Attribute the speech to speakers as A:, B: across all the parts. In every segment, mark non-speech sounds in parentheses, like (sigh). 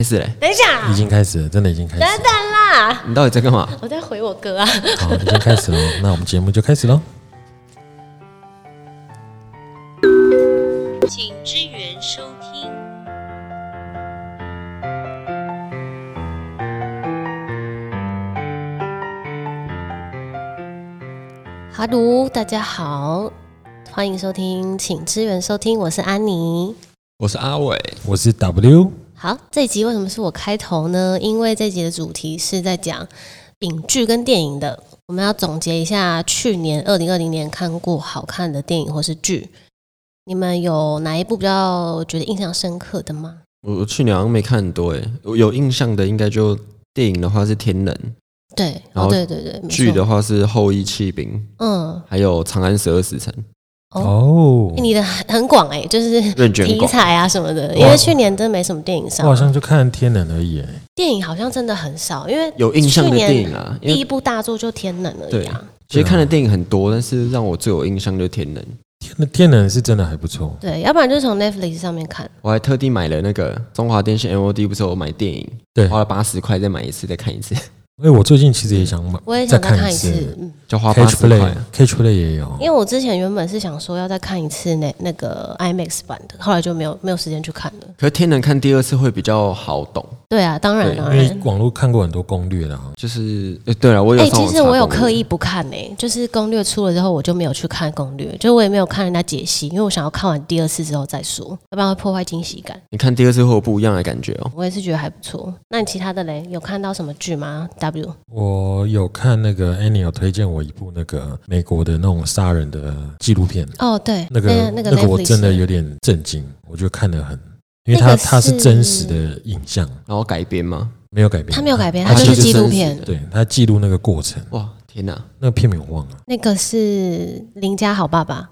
A: 开始嘞，
B: 等一下，
C: 已经开始了，真的已经开始
B: 等
C: 了。
B: 等啦，
A: 你到底在干嘛？
B: 我在回我哥啊。
C: 好，已经开始了，那我们节目就开始喽。
D: 请支援收听。
B: 哈鲁，大家好，欢迎收听，请支援收听，我是安妮。
A: 我是阿伟，
C: 我是 W，
B: 好，这集为什么是我开头呢？因为这集的主题是在讲影剧跟电影的，我们要总结一下去年二零二零年看过好看的电影或是剧。你们有哪一部比较觉得印象深刻的吗？
A: 我我去年好像没看很多诶，我有印象的应该就电影的话是《天人
B: 对，
A: 然
B: 哦，
A: 后
B: 对对对，没》，
A: 剧
B: 错
A: 的，话是《后羿弃兵》，
B: 嗯，
A: 还有《长安十二时辰》，
B: 哦，
C: 哦，
B: 你的很广哎、就是 (laughs)
A: 任卷
B: 题
A: 广。
B: 材啊什么的，因为去年真没什么电影
C: 我
B: 上
C: 好，像就看天人而已，哎
B: 电影好像真的很少，因为
A: 有印象的电影啊，因
B: 第一
A: 为
B: 部大作就《天能》而已啊。
A: 其实看的电影很多，但是让我最有印象就是《天人》，
C: 天人天人是真的还不错。
B: 对，要不然就是从 Netflix 上面看。
A: 我还特地买了那个中华电信 MOD，不是有买电影，
C: 对，
A: 花了八十块再买一次再看一次， (laughs)
C: 哎，我最近其实也想买，
B: 我也想再
C: 再
B: 看
C: 看
B: 一
C: 一
B: 次
C: 次，
B: 嗯，
A: 就花八
C: Catch
A: 十块
C: Play
A: 啊。
C: Catch Play 也有，
B: 因为我之前原本是想说要再看一次那那个 IMAX 版的，后来就没有没有时间去看了。
A: 可是《天人》看第二次会比较好懂，
B: 对啊，当然
A: 对
B: 当
C: 因为
B: 然。
C: 网络看过很多攻略啦。
A: 就是呃，对了，我有
B: 哎、
A: 上网
B: 其实
A: 查
B: 我有
A: 攻略
B: 刻意不看呢、就是攻略出了之后，我就没有去看攻略，就我也没有看人家解析，因为我想要看完第二次之后再说，要不然会破坏惊喜感。
A: 你看第二次会有不一样的感觉哦。
B: 我也是觉得还不错。那你其他的嘞，有看到什么剧吗？W
C: 我有看那个 Annie 有推荐我一部那个美国的那种杀人的纪录片，
B: 哦，对，
C: 那个
B: 那个
C: 个我
B: Netflix
C: 真的有点震惊，我就看得很，因为它
B: 那个是
C: 它是真实的影像，
A: 然后改编吗？
C: 没有改编，
B: 它没有改编，它
C: 它
B: 就是
A: 是
B: 纪录
A: 真实
B: 片
A: 的。
C: 对，它记录那个过程。
A: 哇，天哪！
C: 那个片名我忘了，
B: 那个是《邻家好爸爸》，
C: 啊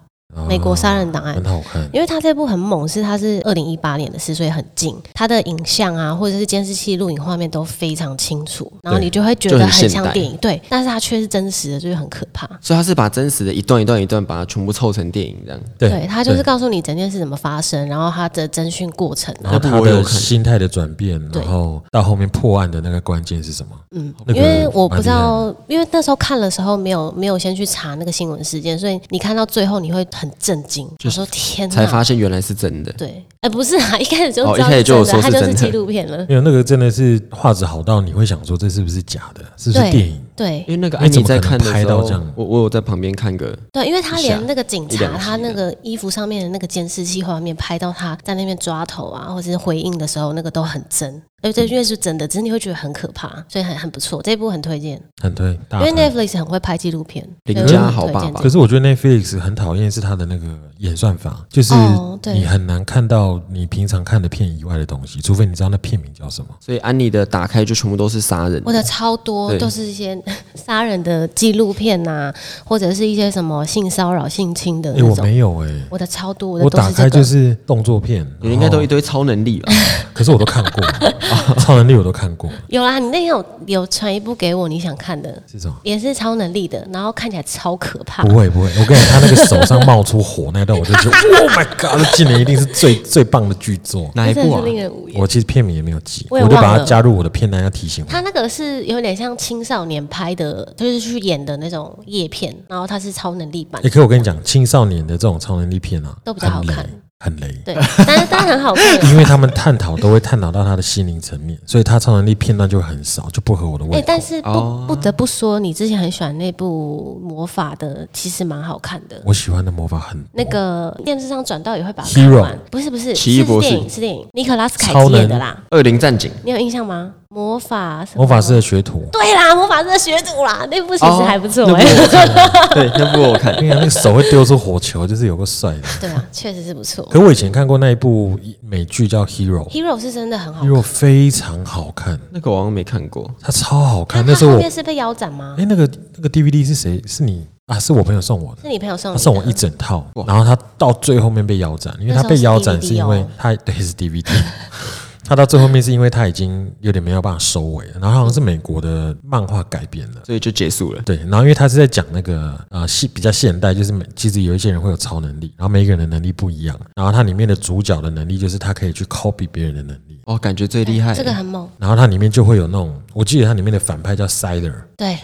B: 美国杀人档案
C: 很好看，
B: 因为它这部很猛，是它是二零一八年的事，所以很近。它的影像啊，或者是监视器录影画面都非常清楚，然后你就会觉
A: 就
B: 得
A: 很
B: 很
A: 现
B: 像
A: 代
B: 电影，对。但是它却是真实的，就是很可怕。
A: 所以他是把真实的一段一段一段把它全部凑成电影这样。
B: 对，它就是
C: 对
B: 告诉你整件事怎么发生，然后它的侦讯过程啊
C: 然后
A: 那
C: 他
A: 部我有
C: 的
A: 看
C: 心态的转变，
B: 对
C: 然后到后面破案的那个关键是什么？
B: 嗯，
C: 那个
B: 因为我不知
C: 蛮
B: 道，因为那时候看的时候没有没有先去查那个新闻事件，所以你看到最后你会很震惊，就说天
A: 才
B: 哪！
A: 发现原来是真的。
B: 对，哎、不是啊，一开始就
A: 哦
B: 知道
A: 一开始就有
B: 真
A: 说
B: 的，它
A: 是
B: 就是
A: 真的
B: 纪录片
A: (laughs)
B: 了。
C: 没有那个真的是画质好到你会想说这是不是假的？是不是
B: 对
C: 电影？
B: 对
A: 因为那个安妮在看的
C: 你
A: 时
C: 怎么可能拍到这
A: 候
C: 样，
A: 我我有在旁边看个，
B: 对，因为他
A: 一
B: 连
A: 下
B: 那个警
A: 一两
B: 察，
A: 集
B: 他那
A: 的
B: 个衣服上面的那个监视器画面拍到他在那边抓头啊，或者是回应的时候，那个都很真。哎，对，因为是真的，只是你会觉得很可怕，所以很很不错，这一部很推荐。
C: 很对，大
B: 因为
C: 推。
B: Netflix 很会拍纪录片，
A: 邻
B: 所以
A: 家
B: 我很
A: 好
B: 推
A: 爸
B: 荐
A: 爸
B: 这
C: 可
B: 个
C: 是我觉得 Netflix 很讨厌是它的那个演算法，就是
B: 哦对
C: 你很难看到你平常看的片以外的东西，除非你知道那片名叫什么。
A: 所以安妮的打开就全部都是杀人。
B: 我的超多
A: 对
B: 都是一些 (laughs) 杀人的纪录片呐、或者是一些什么性骚扰、性侵的
C: 哎、
B: 那
C: 我
B: 种。
C: 没有哎、
B: 我的超多，我的
C: 我
B: 都
C: 打
B: 是
C: 开
B: 这
C: 就
B: 个。
C: 是动作片，
A: 你应该都一
C: 然后，
A: 堆超能 (laughs) 力吧？
C: 可是我都看过， (laughs) 超能力我都看过，
B: 有啦，你那天有有传一部给我你想看的，
C: 是什么？
B: 也是超能力的，然后看起来超可怕。
C: 不会不会，我跟你讲，他那个手上冒出火那一段，我就
B: (laughs)
C: 觉得 Oh my God，这今年一定是最最棒的巨作。
A: 哪一
B: 真
A: 部
B: 的
A: 啊
B: 是？令人无言。
C: 我其实片名也没有记，
B: 我
C: 我
B: 也
C: 就把
B: 忘
C: 它
B: 了
C: 加入我的片单要提醒
B: 他
C: 我。
B: 那个是有点像青少年拍的，就是去演的那种叶片，然后它是超能力版
C: 也，可以，我跟你讲，青少年的这种超能力片啊，
B: 都比较好
C: 很雷
B: 看，
C: 很雷。
B: 对，但是但是很
C: (laughs)
B: 好看。
C: 因为他们探讨都会探讨到他的心灵层面，所以他超能力片段就会很少，就不合我的
B: 哎、
C: 胃口。
B: 但是不、
C: 哦
B: 不得不说，你之前很喜欢那部魔法的，其实蛮好看的。
C: 我喜欢的魔法很
B: 那个电视上转到也会把它看完，不是不是，
A: 奇异
B: 是
A: 博士
B: 电影是电影，尼可拉斯凯
C: 超
B: 奇
C: 能
B: 演的啦，
A: 恶灵战警
B: 你有印象吗？魔法什么
C: 魔法哦师的学徒，
B: 对啦，魔法师的学徒啦，那部其实还不错哎、
A: 对那部我看，
C: 因为那个手会丢出火球，就是有个帅的。
B: (laughs) 对啊，确实是不错。
C: 可我以前看过那一部美剧叫《Hero》
B: Hero 是真的很好看，
C: ，Hero 非常好看，
A: 那个我好像没看过。
C: 它超好看。
B: 他
C: 那时候
B: 后
C: 我
B: 面是被腰斩吗
C: 哎、？那个那个 DVD 是谁？是你啊？是我朋友送我的，
B: 是你朋友送
C: 他
B: 你的
C: 送我一整套，然后他到最后面被腰斩，因为他被腰斩是因为他对是 DVD，他 (laughs) 到最后面是因为他已经有点没有办法收尾了，然后好像是美国的漫画改编的。
A: 所以就结束了。
C: 对，然后因为他是在讲那个呃现比较现代，就是每其实有一些人会有超能力，然后每一个人的能力不一样，然后它里面的主角的能力就是他可以去 copy 别人的能力，
A: 哦，感觉最厉
C: 哎
A: 害。
B: 这个很猛，
C: 然后它里面就会有那种，我记得它里面的反派叫 Siler，Siler
B: 对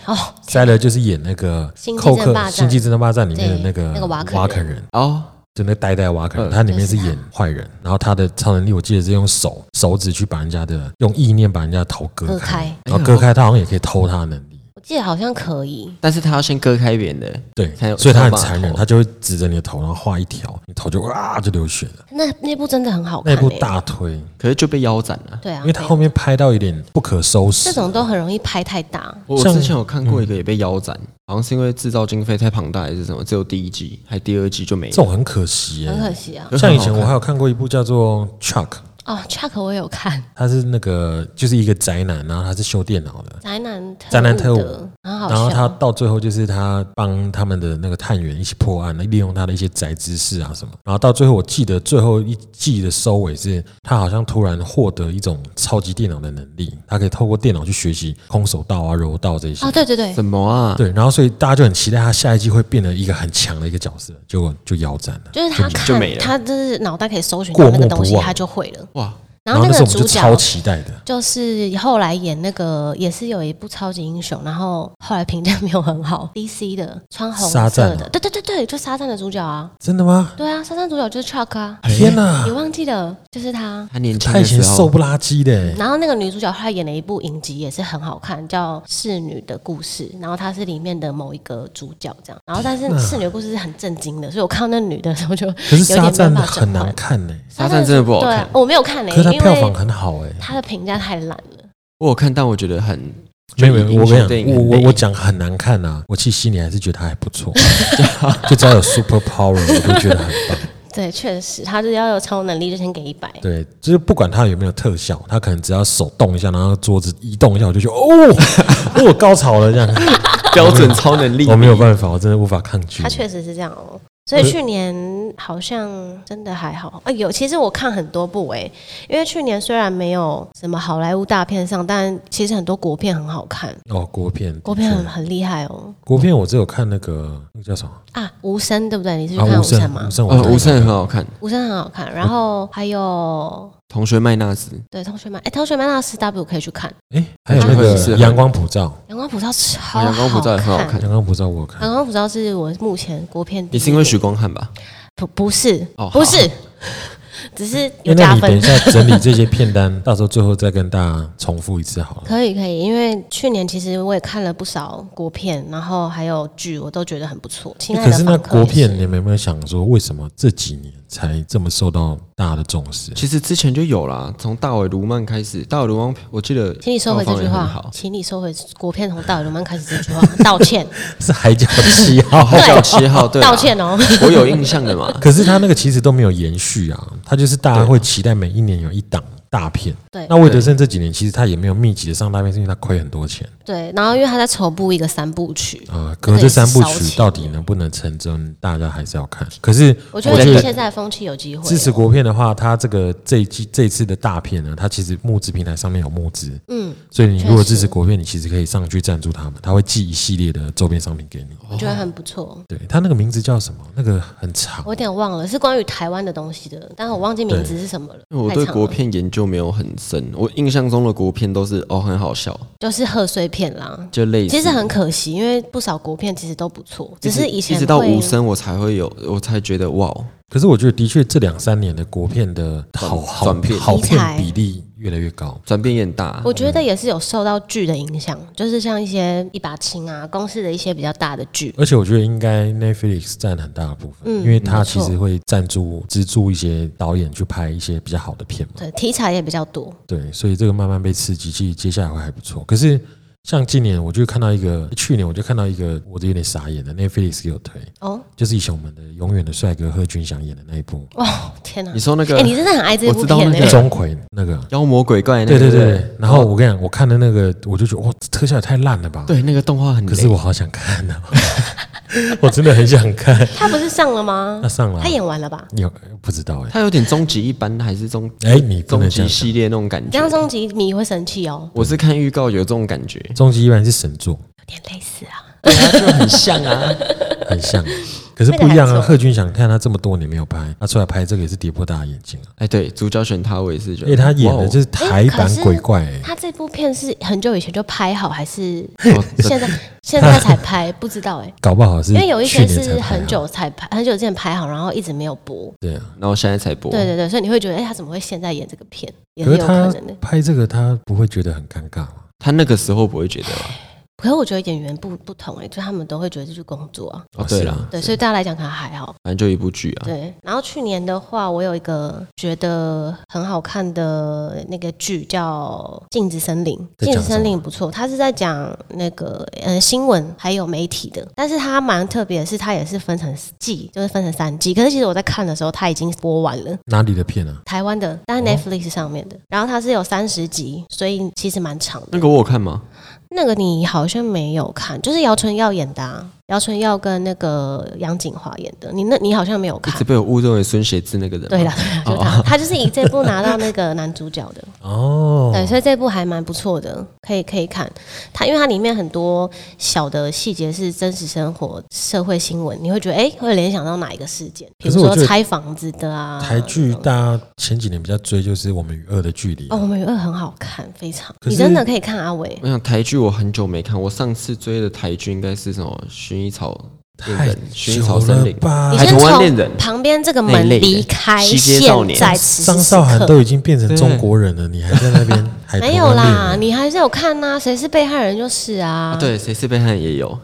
B: 哦，
C: 就是演那个
B: 星际
C: 寇
B: 争
C: 克
B: 霸
C: 《
B: 战
C: 星际争霸战》里面的那
B: 对那个
C: 个
B: 瓦肯人
C: 瓦肯人，
A: 哦，
C: 就那呆呆瓦肯人，
A: 嗯
C: 他里面
B: 就是
C: 是
B: 他
C: 演坏人，然后他的超能力我记得是用手手指去把人家的用意念把人家的头割
B: 割
C: 开
B: 开，
C: 然后割开他好像也可以偷他的能力，
B: 我记得好像可以，
A: 但是他要先割开别人的，
C: 对
A: 才有，
C: 所以他
A: 才有
C: 很
A: 办法
C: 残忍，
A: 偷
C: 他就会指着你的头，然后画一条，你头就哇就流血了。
B: 那那部真的很好
C: 那
B: 看、
C: 一
B: 欸，
C: 部大推，
A: 可是就被腰斩了。
B: 对啊，
C: 因为他后面拍到有点不可收拾
B: 这，种都很容易拍太大，
A: 我我
C: 像嗯
A: 之前有看过一个也被腰斩，好像是因为制造经费太庞大还是什么，只有第一季，还第二季就没
C: 这
A: 了。
C: 种很可惜耶
B: 很。可惜啊。
A: 可是
C: 像
A: 很
C: 以
A: 好
C: 前我
A: 看
C: 还有看过一部叫做《Chuck》，
B: 哦，Chuck 我有看，
C: 他是那个就是一个宅男，然后他是修电脑的，
B: 宅男特
C: 宅男特务
B: 的，很好
C: 然后他
B: 笑。
C: 到最后就是他帮他们的那个探员一起破案，利用他的一些宅知识啊什么。然后到最后，我记得最后一季的收尾是，他好像突然获得一种超级电脑的能力，他可以透过电脑去学习空手道啊、柔道这些。
B: 哦，对对对，
A: 什么啊？
C: 对，然后所以大家就很期待他下一季会变得一个很强的一个角色，结果就腰斩了。
B: 就是他
A: 就
B: 看
A: 没了
B: 他就是脑袋可以搜寻到那
C: 过
B: 个
C: 目
B: 东西，
C: 不忘
B: 他就会了。
A: 哇，
B: 然后
C: 那
B: 那
C: 时候
B: 个
C: 我们
B: 主
C: 就超
B: 角
C: 期待的，
B: 就是后来演那个也是有一部超级英雄，然后后来评价没有很好，DC 的穿红
C: 沙赞
B: 色的，
C: 啊
B: 对对对对，就沙赞的主角啊，
C: 真的吗？
B: 对啊，沙赞主角就是 Chuck 啊，
C: 天哪
B: 你，忘记了，就是他。
A: 他年轻
C: 他
A: 的
C: 以前
A: 时
C: 瘦
A: 候
C: 不拉几的欸，
B: 然后那个女主角她演了一部影集，也是很好看，叫《侍女的故事》，然后她是里面的某一个主角这样。然后但是《侍女的故事》是很震惊的，所以我看到那女的时候就
C: 可是
B: 有点
C: 沙
B: 没办
C: 赞
B: 法转
C: 很
B: 换
C: 难。看呢，
A: 沙赞真的不好
B: 对
A: 看
B: 啊，，我没有看呢、
C: 可是他
B: 因
C: 票
B: 为
C: 房很好哎。
B: 他的评价太烂了。
A: 我有看，但我觉得很
C: (laughs) 没有，没
A: 就
C: 有
A: 以
C: 我
A: 英雄
C: 跟
A: 电
C: 你
A: 影
C: 讲，
A: 很
C: 我我
A: 累
C: 我讲很难看呐、我其实心里还是觉得他还不错， (laughs) 就只要有 super power，我都觉得很棒。
B: 对，确实，他就是要有超能力就先给一百。
C: 对，就是不管他有没有特效，他可能只要手动一下，然后桌子移动一下，我就觉
A: (laughs)
C: 得哦，我高潮了这样。
A: 标准超能力，
C: 我没有办法，我真的无法抗拒
B: 他。确实是这样哦。所以去年好像真的还好啊，有其实我看很多部诶、欸因为去年虽然没有什么好莱坞大片上，但其实很多国片很好看，
C: 哦，国片，
B: 国片很
C: 的确
B: 很厉害哦
C: 国片，我只有看那个那个叫什么
B: 啊，无声对不对？你是去
C: 啊？
B: 看
C: 无
B: 无声吗
C: 声，无？声，
A: 呃，无
C: 无
A: 声很。好看，
B: 无声很好看，然后还有
A: 同学麦纳斯
B: 对同学们，哎，同学们那四 W 可以去看，
C: 哎，还有那
A: 我觉得
C: 个
A: 很适合
C: 《阳光普照
B: 阳光普照超好
A: 哦阳
B: 看，
A: 光普照也很好看》，
C: 阳光普照我有看
B: 阳，光普照是我目前国片第
A: 也
B: 一
A: 是因为
B: 部
A: 许光汉吧？
B: 不不是，
A: 哦
B: 不
A: 好
B: 是，只是有
C: 哎那
B: 加
C: 你等
B: 分
C: 一。下整理这些片单，到时候最后再跟大家重复一次好了。
B: 可以可以，因为去年其实我也看了不少国片，然后还有剧，我都觉得很不
A: 哎
B: 错。亲爱
C: 可
B: 的
C: 是那
B: 访客
C: 国
B: 也
C: 片，
B: 是
C: 你们有没有想说，为什么这几年才这么受到大家的重视？
A: 其实之前就有啦，从大尾卢曼开始，大尾卢曼我记得，
B: 请你收回这句话
A: 哦好，，
B: 请你收回国片从大尾龙曼开始这句话，道歉，
C: 是海角七号。
A: 海角七号对啦啊
B: (laughs) 道，歉哦。
A: 我有印象的嘛。
C: (laughs) 可是他那个其实都没有延续啊，他就是大家会期待每一年有一档大片。
B: 对
C: 那魏德胜这几年其实他也没有密集的上大片，是因为他亏很多钱
B: 对，然后因为他在筹部一个三部曲，
A: 哦
C: 啊、呃。可是这三部
B: 这个也是烧
C: 曲
B: 钱
C: 到底能不能成真，大家还是要看。可是
B: 我觉
A: 哦
B: 得现在风气有机会
C: 支持
B: 哦。
C: 国片的话，它这个这一季这一次的大片呢，它其实募资平台上面有募资，
B: 嗯，
C: 所以你
B: 确
C: 如果
B: 实
C: 支持国片，你其实可以上去赞助他们，他会寄一系列的周边商品给你。
B: 我
A: 哦
B: 觉得很不错。
C: 对，他那个名字叫什么？那个很长
B: 我有点忘了，是关于台湾的东西的，但我忘记名字是什么了。
A: 因为我
B: 太
A: 对
B: 长
A: 国
B: 了
A: 片研究没有很深，我印象中的国片都是哦很好笑，
B: 就是贺岁片啦，
A: 就类似。
B: 其实很可惜，因为不少国片其实都不错，只是以前
A: 一直到
B: 会
A: 无声，我才会有，我才觉得哇，
C: 可是我觉得的确这两三年的国片的好
A: 转
C: 好
A: 转变
C: 好
B: 题
C: 片
B: 材
C: 比例越来越高。
A: 转变也很大。
B: 我觉得也是有受到剧的影响，就是像一些一把青啊、公式的一些比较大的剧，
C: 而且我觉得应该 Netflix 占很大的部分，
B: 嗯
C: 因为它
B: 没
C: 其
B: 错
C: 实会赞助资助一些导演去拍一些比较好的片嘛。
B: 对，题材也比较多。
C: 对，所以这个慢慢被刺激，其实接下来会还不错。可是像今年，我就看到一个，去年我就看到一个，我都有点傻眼的，Netflix 给我推，
B: 哦
C: 就是以前我们的《永远的帅哥》贺军翔演的那一部
B: 哦，天哪
A: 你！说那个
B: 哎、你真的很爱这部
A: 我知道
B: 片
A: 那对个
B: 欸
C: 钟馗那个。
A: 妖魔鬼怪那
C: 对
A: 个，
C: 对
A: 不
C: 对，然后我跟你讲，我看的那个，我就觉得哇，这特效也太烂了吧！
A: 对那个动画很雷，
C: 可是我好想看呢、 (laughs) 我真的很想看。
B: 他不是上了吗
C: 那？上了啊
B: 他，演完了吧？
C: 你有不知道哎、
A: 它有点终极一班还是终
C: 哎、你不
A: 终
C: 能这
A: 极
C: 样讲。
A: 系列那种感
B: 这
A: 觉
B: 样。终极迷会生气哦，
A: 我是看预告有这种感觉，
C: 终极一般是神作，
B: 有点类似啊。
A: 对啊，就很像啊。
B: (laughs)
C: 很像。可是
B: 那个
C: 不一样
B: 还
C: 啊，
B: 不错
C: 贺军翔看他这么多年没有拍，他出来拍这个也是跌破大家眼睛啊，
A: 哎，对，主角选他，我也是觉
C: 因
A: 得，哦
C: 为哎他演的就是台
B: 哎可
C: 版
B: 是
C: 鬼怪、欸，
B: 他这部片是很久以前就拍好，还
C: (laughs)
B: 是
A: 哇哦这
B: (laughs) 现在现在才拍？不知道哎、
C: 搞不好 (laughs) 是
B: 因为有一
C: 去
B: 些
C: 年才
B: 是
C: 拍
B: 很
C: 啊，
B: 久才拍，很久之前拍好，然后一直没有播。
C: 对啊。
A: 然后现在才播，
B: 对对对，所以你会觉得，哎、他怎么会现在演这个片？也
C: 可
B: 很
C: 是
B: 有可
C: 他
B: 能的。
C: 拍这个，他不会觉得很尴尬吗？
A: 他那个时候不会觉得啊吧？
B: 可是我觉得演员不不同哎、就他们都会觉得这是工作啊。
A: 哦，
C: 哦
A: 对
C: 是
A: 了
C: 啊，
B: 对，所以大家来讲可能还好。
A: 反正就一部剧啊，
B: 对，然后去年的话，我有一个觉得很好看的那个剧叫《镜子森林》，《
C: 在
B: 镜
C: 讲
B: 子森林
C: 什》么
B: 不错，它是在讲那个呃新闻还有媒体的，但是它蛮特别的是，它也是分成季，就是分成三季。可是其实我在看的时候，它
C: 哦
B: 已经播完了。
C: 哪里的片啊？
B: 台湾的，但是
C: 哦
B: Netflix 上面的，然后它是有三十集，所以其实蛮长的。
A: 那个我有看吗？
B: 那个你好像没有看，就是姚春耀演的、啊，姚春耀跟那个杨景华演的，你那你好像没有
A: 一
B: 看
A: 直。被我误认为孙协志那个人，
B: 对啦，，对啦，
A: 哦
B: 就他，他就是以这部拿到那个男
A: (laughs)
B: 主角的，
C: 哦，
B: 对，所以这部还蛮不错的，可以可以看。它因为它里面很多小的细节是真实生活、社会新闻，你会觉得哎、诶会联想到哪一个事件？比
C: 可
B: 如
C: 是我
B: 说
C: 觉得
B: 拆房子的啊，
C: 台
B: 那
C: 剧
B: 种
C: 大家前几年比较追就是《我们与恶的距离》
B: 哦，我们有二很好看，非常，
C: 可
B: 你
C: 是
B: 真的可以看阿伟，
A: 我想台剧我很久没看，我上次追的台剧应该是什么《薰衣草恋
C: 太
A: 人》《薰衣草
C: 久
A: 森
C: 了
A: 林》。
C: 吧
B: 你？
A: 还
B: 先
A: 同啊湾恋
B: 从
A: 人
B: 旁边这个
A: 那
B: 门
A: 一类的
B: 离开，
A: 西
B: 现
A: 街少年
B: 在此时
C: 张
B: 此
C: 韶涵
B: 刻
C: 都已经变成中国人了，你还在那边还
B: 没有
C: 同
B: 啦，
C: 恋
B: 你还是有看呐、谁是被害人就是啊
A: 啊，对，谁是被害人也有。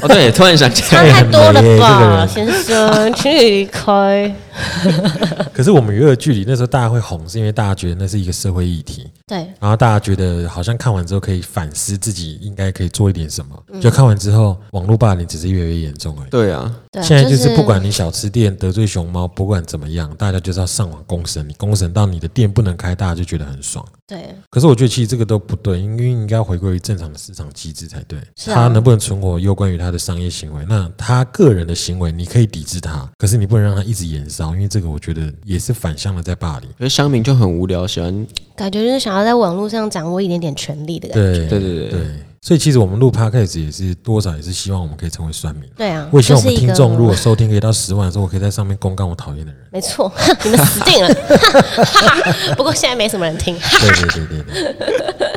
A: 哦，对，突然想起
B: 差
A: 来，
B: 太多了吧，
C: 这
B: 先生，请你离开。
C: 可是我们娱乐距离那时候大家会红，是因为大家觉得那是一个社会议题，
B: 对，
C: 然后大家觉得好像看完之后可以反思自己应该可以做一点什么。
B: 嗯
C: 就看完之后，网络霸凌只是越来越严重而已。
A: 对啊，
B: 对啊，
C: 现在就是不管你小吃店得罪熊猫，不管怎么样，大家就是要上网公审，你公审到你的店不能开，大家就觉得很爽。
B: 对，
C: 可是我觉得其实这个都不对，因为应该回归于正常的市场机制才对。
B: 是啊
C: 它能不能存活，攸关于它的商业行为。那他个人的行为，你可以抵制他，可是你不能让他一直延烧，因为这个我觉得也是反向的在霸凌。
A: 可是乡民就很无聊，喜欢
B: 感觉就是想要在网络上掌握一点点权力的感觉。
C: 对
A: 对对对，
C: 对，所以其实我们录 podcast 也是多少也是希望我们可以成为酸民。
B: 对啊，
C: 我也希望我
B: 就是
C: 们
B: 一
C: 听
B: 个
C: 众如果收听可以到十万的时候，我可以在上面公干我讨
B: (laughs)
C: 厌的人。
B: 没错，你们死
C: (laughs)
B: 定了。不过现在没什么人听
C: 对对对对对，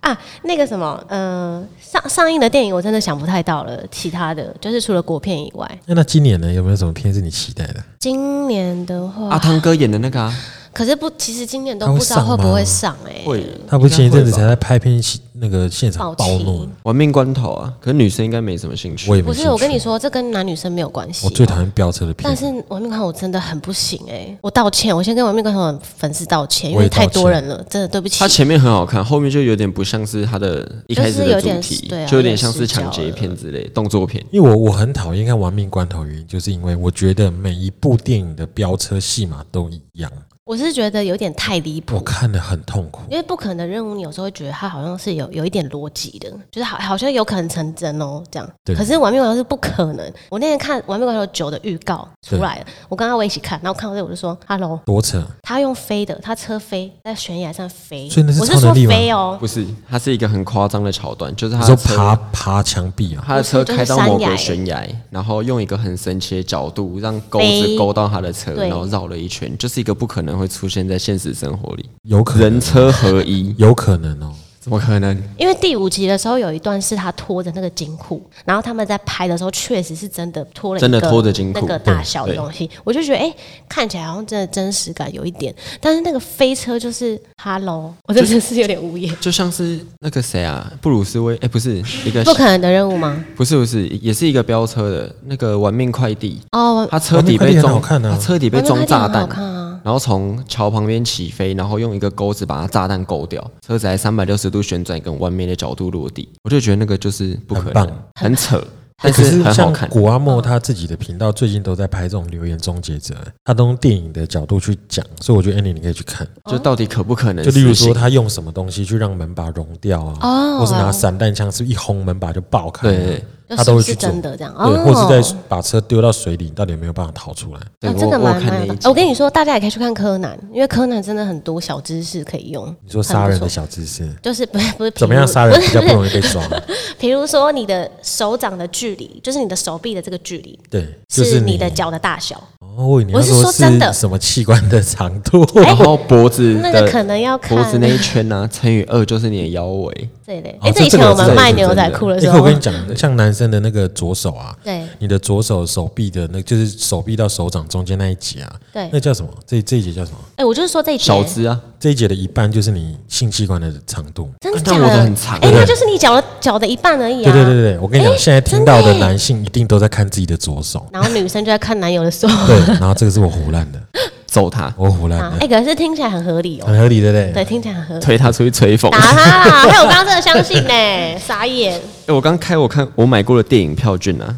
B: 啊。那个什么，呃，上上映的电影我真的想不太到了，其他的就是除了国片以外，
C: 那那今年呢有没有什么片是你期待的？
B: 今年的话，
A: 阿汤哥演的那个啊，
B: 可是不，其实今年都
C: 他会
B: 不知道会不会上
C: 上
B: 哎、
A: 会
C: 他不是前一阵子
A: 应该
C: 才
A: 会吧
C: 在拍片戏那个现场暴
B: 暴气
C: 怒，
A: 亡命关头啊，可是女生应该没什么兴趣
C: 我。也没
B: 不
C: 兴趣。
B: 是，我跟你，说，这跟男女生没有关系
C: 我。最讨厌飙车的片。
B: 但是亡命关头我真的很不行哎、我道歉，我先跟亡命关头的粉丝道歉，因
C: 我
B: 为
C: 也道
B: 太
C: 歉
B: 多人了，真的对不起
A: 他。前面很好看，后面就有点不像是他的一开始
B: 就是有
A: 的主
B: 点
A: 题
B: 对啊，
A: 就有点像是
B: 有点失
A: 抢劫片之类动作片。
C: 因为我我很讨厌看《亡命关头》，原因就是因为我觉得每一部电影的飙车戏码都一样，
B: 我是觉得有点太离
C: 我
B: 谱，
C: 看得很痛苦。
B: 因为不可能的任务，你有时候会觉得它好像是有有一点逻辑的，就是好好像有可能成真哦这样。
C: 对
B: 可是亡命关头是不可能。我那天看亡命关头九的预告出
C: 对
B: 来了，我跟阿伟一起看，然后看到这个我就说，Hello，
C: 多扯！
B: 他用飞的，他车飞在悬崖上飞，
C: 所以那是
B: 我是
C: 超
B: 说
C: 能力吗
B: 飞哦，
A: 不是，它是一个很夸张的桥段，就是他的
C: 你说
A: 车
C: 爬爬墙壁啊，
A: 他的车
B: 不是就是
A: 开到某
B: 山崖欸
A: 个悬崖，然后用一个很神奇的角度，让钩子
B: 飞
A: 勾到他的车，
B: 对
A: 然后绕了一圈，就是一个不可能会出现在现实生活里，
C: 有可能，
A: 人车合一
C: 有可能哦。
A: 怎么可能？
B: 因为第五集的时候有一段是他拖着那个金库，然后他们在拍的时候确实是真的拖了一个
A: 真的拖着金库
B: 那个大小的东西，我就觉得哎、看起来好像真的真实感有一点，但是那个飞车就是 Hello，我真的是有点无
C: (laughs)
B: 言。
A: 就像是那个谁啊，布鲁斯威，哎、不是一个，
B: 不可能的任务吗？
A: 不是不是，也是一个飙车的那个玩命快递，
B: 哦，
A: 他车底被
C: 玩命快递很好
A: 撞，
C: 看啊
A: 他车底被
B: 玩命
A: 装
B: 快递
A: 炸
B: 很好
A: 弹，
B: 看啊！
A: 然后从桥旁边起飞，然后用一个钩子把它炸弹勾掉，车子还三百六十度旋转，跟完美的角度落地。我就觉得那个就是不可
C: 很
A: 能，
C: 棒
A: 很扯，
B: (laughs)
A: 但
C: 哎可
A: 是很好
C: 像
A: 看。
C: 古阿莫他自己的频道最近都在拍这种留言终结者，他都用电影的角度去讲，所以我觉得 Annie 你可以去看。
A: 就到底可不可能
C: 就
A: 实
C: 例
A: 行？
C: 如说他用什么东西去让门把融掉啊，
B: 哦
C: 或是拿散弹枪是一轰门把就爆开啊、
A: 对对对
B: 就
C: 他
B: 是
C: 都
B: 不
C: 会
B: 是
C: 去做
B: 真的这样
C: 对，或者是
B: 哦
C: 在把车丢到水里，到底有没有办法逃出来？
A: 对，
B: 啊、真的
A: 我我有
B: 蛮
A: 看那
B: 蛮
A: 一
B: 有
A: 集
B: 的。我跟你说，大家也可以去看柯南，啊因为柯南真的很多小知识可以用。
C: 你说杀人的小知识，
B: 就是不是 (laughs) 不是
C: 怎么样
B: 比如
C: 杀人比较不容易被抓？
B: (laughs) 比如说你的手掌的距离，就是你的手臂的这个距离，
C: 对，就是是
B: 你的。脚的大小。
C: 哦，我以为你要
B: 我是说
C: 说
B: 真的
C: 什么器官的长度？
A: 然后脖子
B: 哎那个
A: 的
B: 可能要看
A: 脖子那一圈
B: (laughs)
A: 呢、乘以二就是你的腰围。
B: 这一类。
C: 哦
B: 哎、这
C: 这
B: 以前
C: 这
B: 我
C: 个我知
B: 们
C: 道
B: 卖
A: 这个
B: 牛
A: 真的
B: 仔裤的
C: 欸
B: 时
C: 可
B: 候，
C: 我跟你讲，像男生的那个左手啊，
B: 对
C: 你的左手手臂的那，就是手臂到手掌中间那一节啊，
B: 对，
C: 那
B: 哎、
C: 叫什么？这这一节叫什么？
B: 我就是说这一节，
A: 小只啊，
C: 这一节的一半就是你性器官的长度。
B: 真的假
A: 但
B: 的？
A: 我的很长
B: 哎、那就是你脚的脚的一半而已啊。
C: 对对对对，我跟你讲，现在听到
B: 真
C: 的
B: 的欸
C: 男性一定都在看自己的左手。
B: 然后女生就在看男友的手。
C: 对，然后这个是我
B: (laughs)
C: 胡乱的，
A: 揍他，
C: 我胡
B: 啊
C: 乱，的，
B: 哎、可是听起来很合理哦。
C: 很合理，对不对？
B: 对，听起来很合理。
A: 推他出去吹风。
B: 打他啦！还有我刚刚真的相信呢、傻眼。
A: 欸我刚开我看我买过的电影票券啊，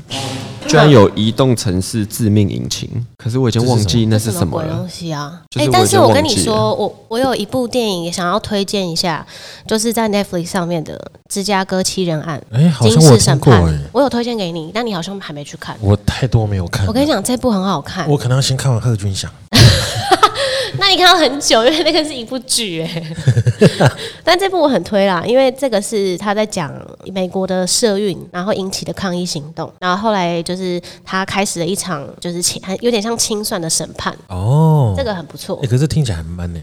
A: 居然有移动城市致命引擎，可是我已经忘记那是什么
B: 鬼
A: 了
B: 东。西啊？
A: 就
B: 哎、
A: 是我已经
B: 但是我跟你
A: 忘记了
B: 说，我我有一部电影想要推荐一下，就是在 Netflix 上面的《芝加哥七人案》。
C: 哎好像
B: 金
C: 我有
B: 氏审
C: 听过
B: 判，
C: 哎
B: 我有推荐给你，但你好像还没去看。
C: 我太多没有看了。
B: 我跟你讲，这部很好看。
C: 我可能要先看完贺军翔。
B: 那你看到很久，因为那个是一部剧哎、
C: (laughs)
B: 但这部我很推啦，因为这个是他在讲美国的社运，然后引起的抗议行动，然后后来就是他开始了一场就是清，有点像清算的审判，
C: 哦，
B: 这个很不错
C: 哎，。可是听起来很闷呢。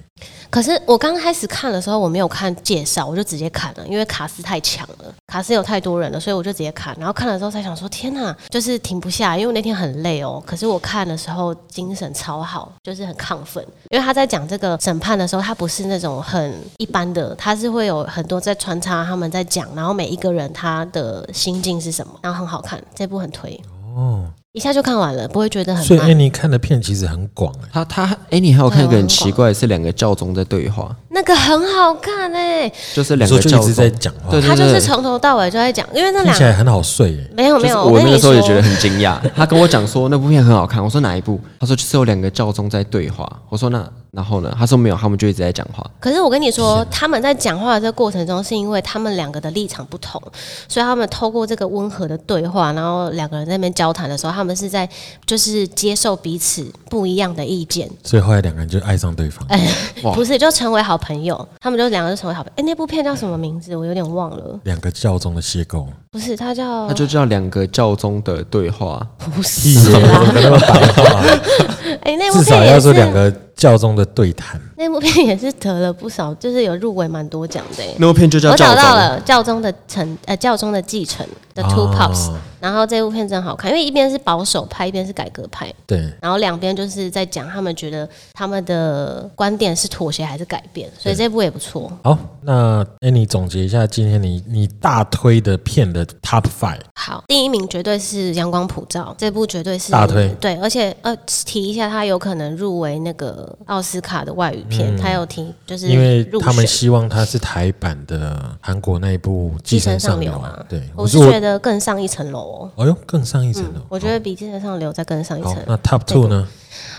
B: 可是我刚开始看的时候，我没有看介绍，我就直接看了，因为卡斯太强了，卡斯有太多人了，所以我就直接看。然后看了之后才想说，天哪，就是停不下来，因为我那天很累哦。可是我看的时候精神超好，就是很亢奋，因为他在讲这个审判的时候，他不是那种很一般的，他是会有很多在穿插他们在讲，然后每一个人他的心境是什么，然后很好看，这部很推，
C: 哦，
B: 一下就看完了，不会觉得很
C: 所以哎，
B: 慢。
C: 你看的片其实很广哎。
A: 他他哎，你还有看一个
B: 对
A: 很
B: 我很
A: 奇怪，是两个教宗在对话，
B: 那个很好看哎、
A: 就是
C: 你
A: 两
C: 说
A: 个
C: 就
A: 教
C: 一直
A: 宗
C: 在讲话
A: 对，对
B: 他就是
A: 对，
B: 从头到尾就在讲，因为那
C: 听
B: 两
C: 起来很好睡哎。
B: 没有没
A: 就是
B: 有，
A: 我
B: 跟
A: 那
B: 你
A: 个时候也
B: 说
A: 觉得很惊讶，他跟我讲说那部片很好看，我说哪一部？他说就是有两个教宗在对话，我说那然后呢？他说没有，他们就一直在讲话。
B: 可是我跟你说，他们在讲话的这个过程中，是因为他们两个的立场不同，所以他们透过这个温和的对话，然后两个人在那边交谈的时候，他们是在就是接受彼此不一样的意见，
C: 所以后来两个人就爱上对方。
B: 哎
A: 哇
B: 不是就成为好朋友。他们就两个就成为好朋友。哎、那部片叫什么名字？我有点忘了。
C: 两个教宗的邂逅，
B: 不是，它叫
A: 他就叫两个教宗的对话，
B: 不
C: 屁
B: 是
C: (laughs) 怎么
B: 啦。
C: 可能那么白话？
B: 哎、那部
C: 至
B: 片
C: 少要
B: 也
C: 说两
B: 是，
C: 个教宗的对谈。
B: 那部片也是得了不少，就是有入围蛮多奖的、哎
A: 那部片就叫
B: 我
A: 教
B: 找到
A: 宗。
B: 了教宗的承呃教宗的继承的 Two
C: 哦
B: Pops，、然后这部片真好看，因为一边是保守派，一边是改革派，
C: 对，
B: 然后两边就是在讲他们觉得他们的观点是妥协还是改变，所以这部也不错。
C: 好，那 Annie 总结一下今天你你大推的片的 Top Five。
B: 好，第一名绝对是《阳光普照》，这部绝对是
C: 大推
B: 对，而且呃提一下，他有可能入围那个奥斯卡的外语片，他有提就是
C: 嗯因为
B: 嗯入
C: 他们
B: 选
C: 希望它是台版的韩国那一部《寄生上流》
B: 寄生上流啊
C: 对，
B: 我是
C: 说
B: 觉，得更上一层楼哦。
C: 哎呦，更上一层了。
B: 我觉得比《寄生上流》再更上一层
C: 好，。那 Top Two 呢？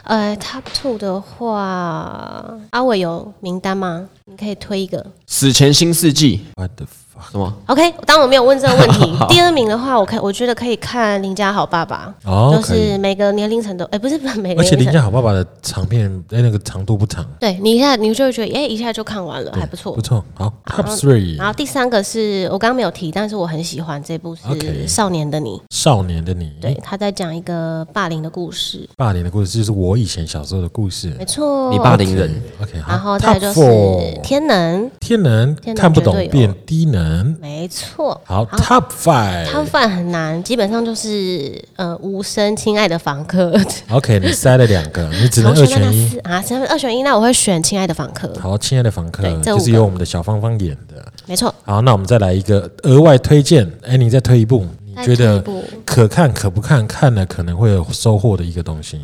B: 呃，Top Two 的话，阿伟有名单吗？你可以推一个。
A: 史前新世纪
C: What the fuck？
A: 什么？
B: OK，当我没有问这个问
C: (laughs)
B: 题。第二名的话，我看我觉得可以看《邻家好爸爸》
C: 哦，
B: 就
C: 可以
B: 是。每个年龄层都，哎、不是 (laughs) 不是每个
C: 而且《
B: 年
C: 邻
B: 龄层，
C: 家好爸爸》的长片，哎，那个长度不长，
B: 对你一下你就会觉得，哎、一下就看完了，还不错
C: 不。错。好，Top
B: 然
C: Three，
B: 后第三个是我刚刚没有提，但是我很喜欢这部是
C: OK
B: 《少年的你》
C: 少年的你，
B: 对，他在讲一个霸凌的故事，
C: 霸凌的故事，就是我以前小时候的故事
B: 没。错。
A: 你霸凌人
C: OK，好。
B: 然后再来就
C: Top
B: 是
C: Four
B: 天能，
C: 天能
B: 天能
C: 看不
B: 绝对
C: 懂
B: 有
C: 变低能。
B: 没错。
C: 好，Top
B: 摊
C: Five。
B: 贩很难，基本上就是呃无声，亲爱的房客，
C: (laughs) OK，你塞了两
B: (laughs)
C: 个，你只能
B: 然后
C: 二
B: 选到那
C: 选一。
B: 四啊，三二选一，那我会选亲爱的房客，
C: 好，亲爱的房客
B: 对，这五个
C: 就是由我们的小芳芳演的。
B: 没错，
C: 好，那我们再来一个额外推荐。哎，你再推一部，你
B: 再退
C: 觉
B: 一
C: 得
B: 步
C: 可看可不看，看了可能会有收获的一个东西。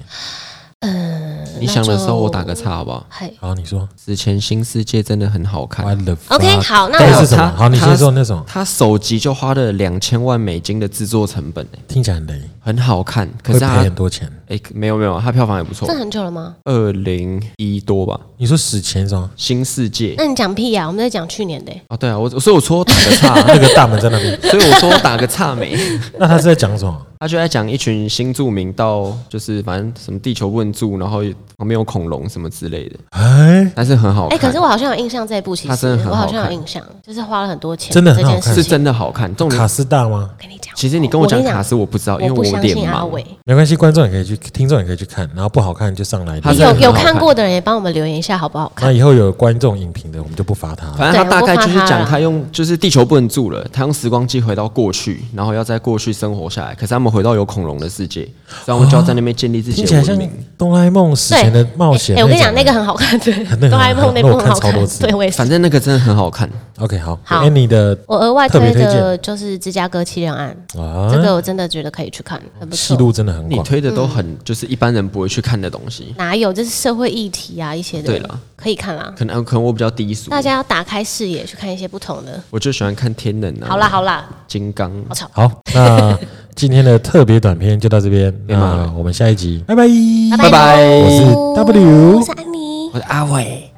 B: 嗯
A: 你想的时候，我打个岔好不好？
B: 嗨
C: 好，你说
A: 此前新世界真的很好看。
C: I love
B: ，OK，
C: fuck
B: 好，那
C: 那
B: 我
C: 是什么？
A: 他
C: 好，你
A: 他
C: 先说那种，
A: 他首集就花了两千万美金的制作成本、欸，
C: 听起来很雷，
A: 很好看。可
C: 会
A: 是
C: 赔
A: 他
C: 很多钱。
A: 哎、没有没有，他票房也不错
B: 这，很久了吗？
A: 二零一多吧，《
C: 你说史前是吗？
A: 新世界》
B: 那你讲屁呀、我们在讲去年的、
A: 哦，对啊，我所以我说我打个
B: (laughs)
A: 岔，
C: 那个大门在那边， (laughs)
A: 所以我说我打个岔没。
C: 那他是在讲什么？
A: 他就在讲一群新住民到，就是反正什么地球不能住，然后旁边有恐龙什么之类的，
C: 哎，
A: 但是很好
B: 哎、
A: 看。
B: 可是我好像有印象这一部，其
A: 它
B: 实
A: 真的很
B: 我
A: 好
B: 好像有
A: 看
B: 印象，就是花了很多钱，
C: 真的很
B: 这
C: 好
B: 件
C: 看
B: 事
A: 是
B: 情
A: 真的好看，重
C: 卡
A: 点
C: 斯大吗
B: 我？跟你讲，
A: 其实你跟我讲卡斯，我不知道，
B: 我
A: 因为
B: 不
A: 有
B: 相
A: 点
B: 信阿
A: 忙。
B: 伟。
C: 没关系，观众也可以去，听众也可以去看，然后不好看就上来留
A: 他
C: 言。
A: 是
B: 有
A: 很
B: 有
A: 好
B: 看
A: 看
B: 过的人也帮我们留言一下好不好看？
C: 那以后有观众影评的，我们就不罚他了。
A: 反正他
B: 对
A: 大概
B: 我不怕
A: 就是
B: 他
A: 讲
B: 啦
A: 他用，就是地球不能住了，他用时光机回到过去，然后要在过去生活下来。可是他们回到有恐龙的世界，所以他们就要在那边建立自己
C: 听起来
A: 的
C: 像
A: 文
C: 《
A: 明。
C: 哆啦 A 梦》史前的冒险
B: 哎、我
C: 种。
B: 跟你讲，那个很好看，对，
C: 那个
B: 哆啦 A
C: 很好
B: 梦那
C: 那
B: 部
C: 我
B: 很
C: 看
B: 好
C: 超
B: 看
C: 多次，
B: 对，我也是
A: 反。正那个真的很好看，
C: OK 好。
B: 好
C: Annie 的
B: 我额外
C: 特别
B: 推
C: 推
B: 的就是《芝加哥七人案》
C: 啊
B: 这，个我真的觉得可以去看，很不
C: 戏
B: 错。
C: 路真的很
A: 你
C: 广。
A: 推的都很就是一般人不会去看的东西。
B: 哪有？这是社会议题啊，一些的。
A: 对啦，
B: 可以看啦。
A: 可能可能我比较低俗，
B: 大家要打开视野去看一些不同的。
A: 我就喜欢看天能啊，
B: 好啦，好啦，
A: 金刚。
B: 好吵，
C: 好，那今天的特别短片就到这边，
A: 别骂
C: 那
A: 了
C: 我们下一集，拜拜。
A: 拜拜
C: 我是 W
B: 我是安妮。
A: 我是阿伟。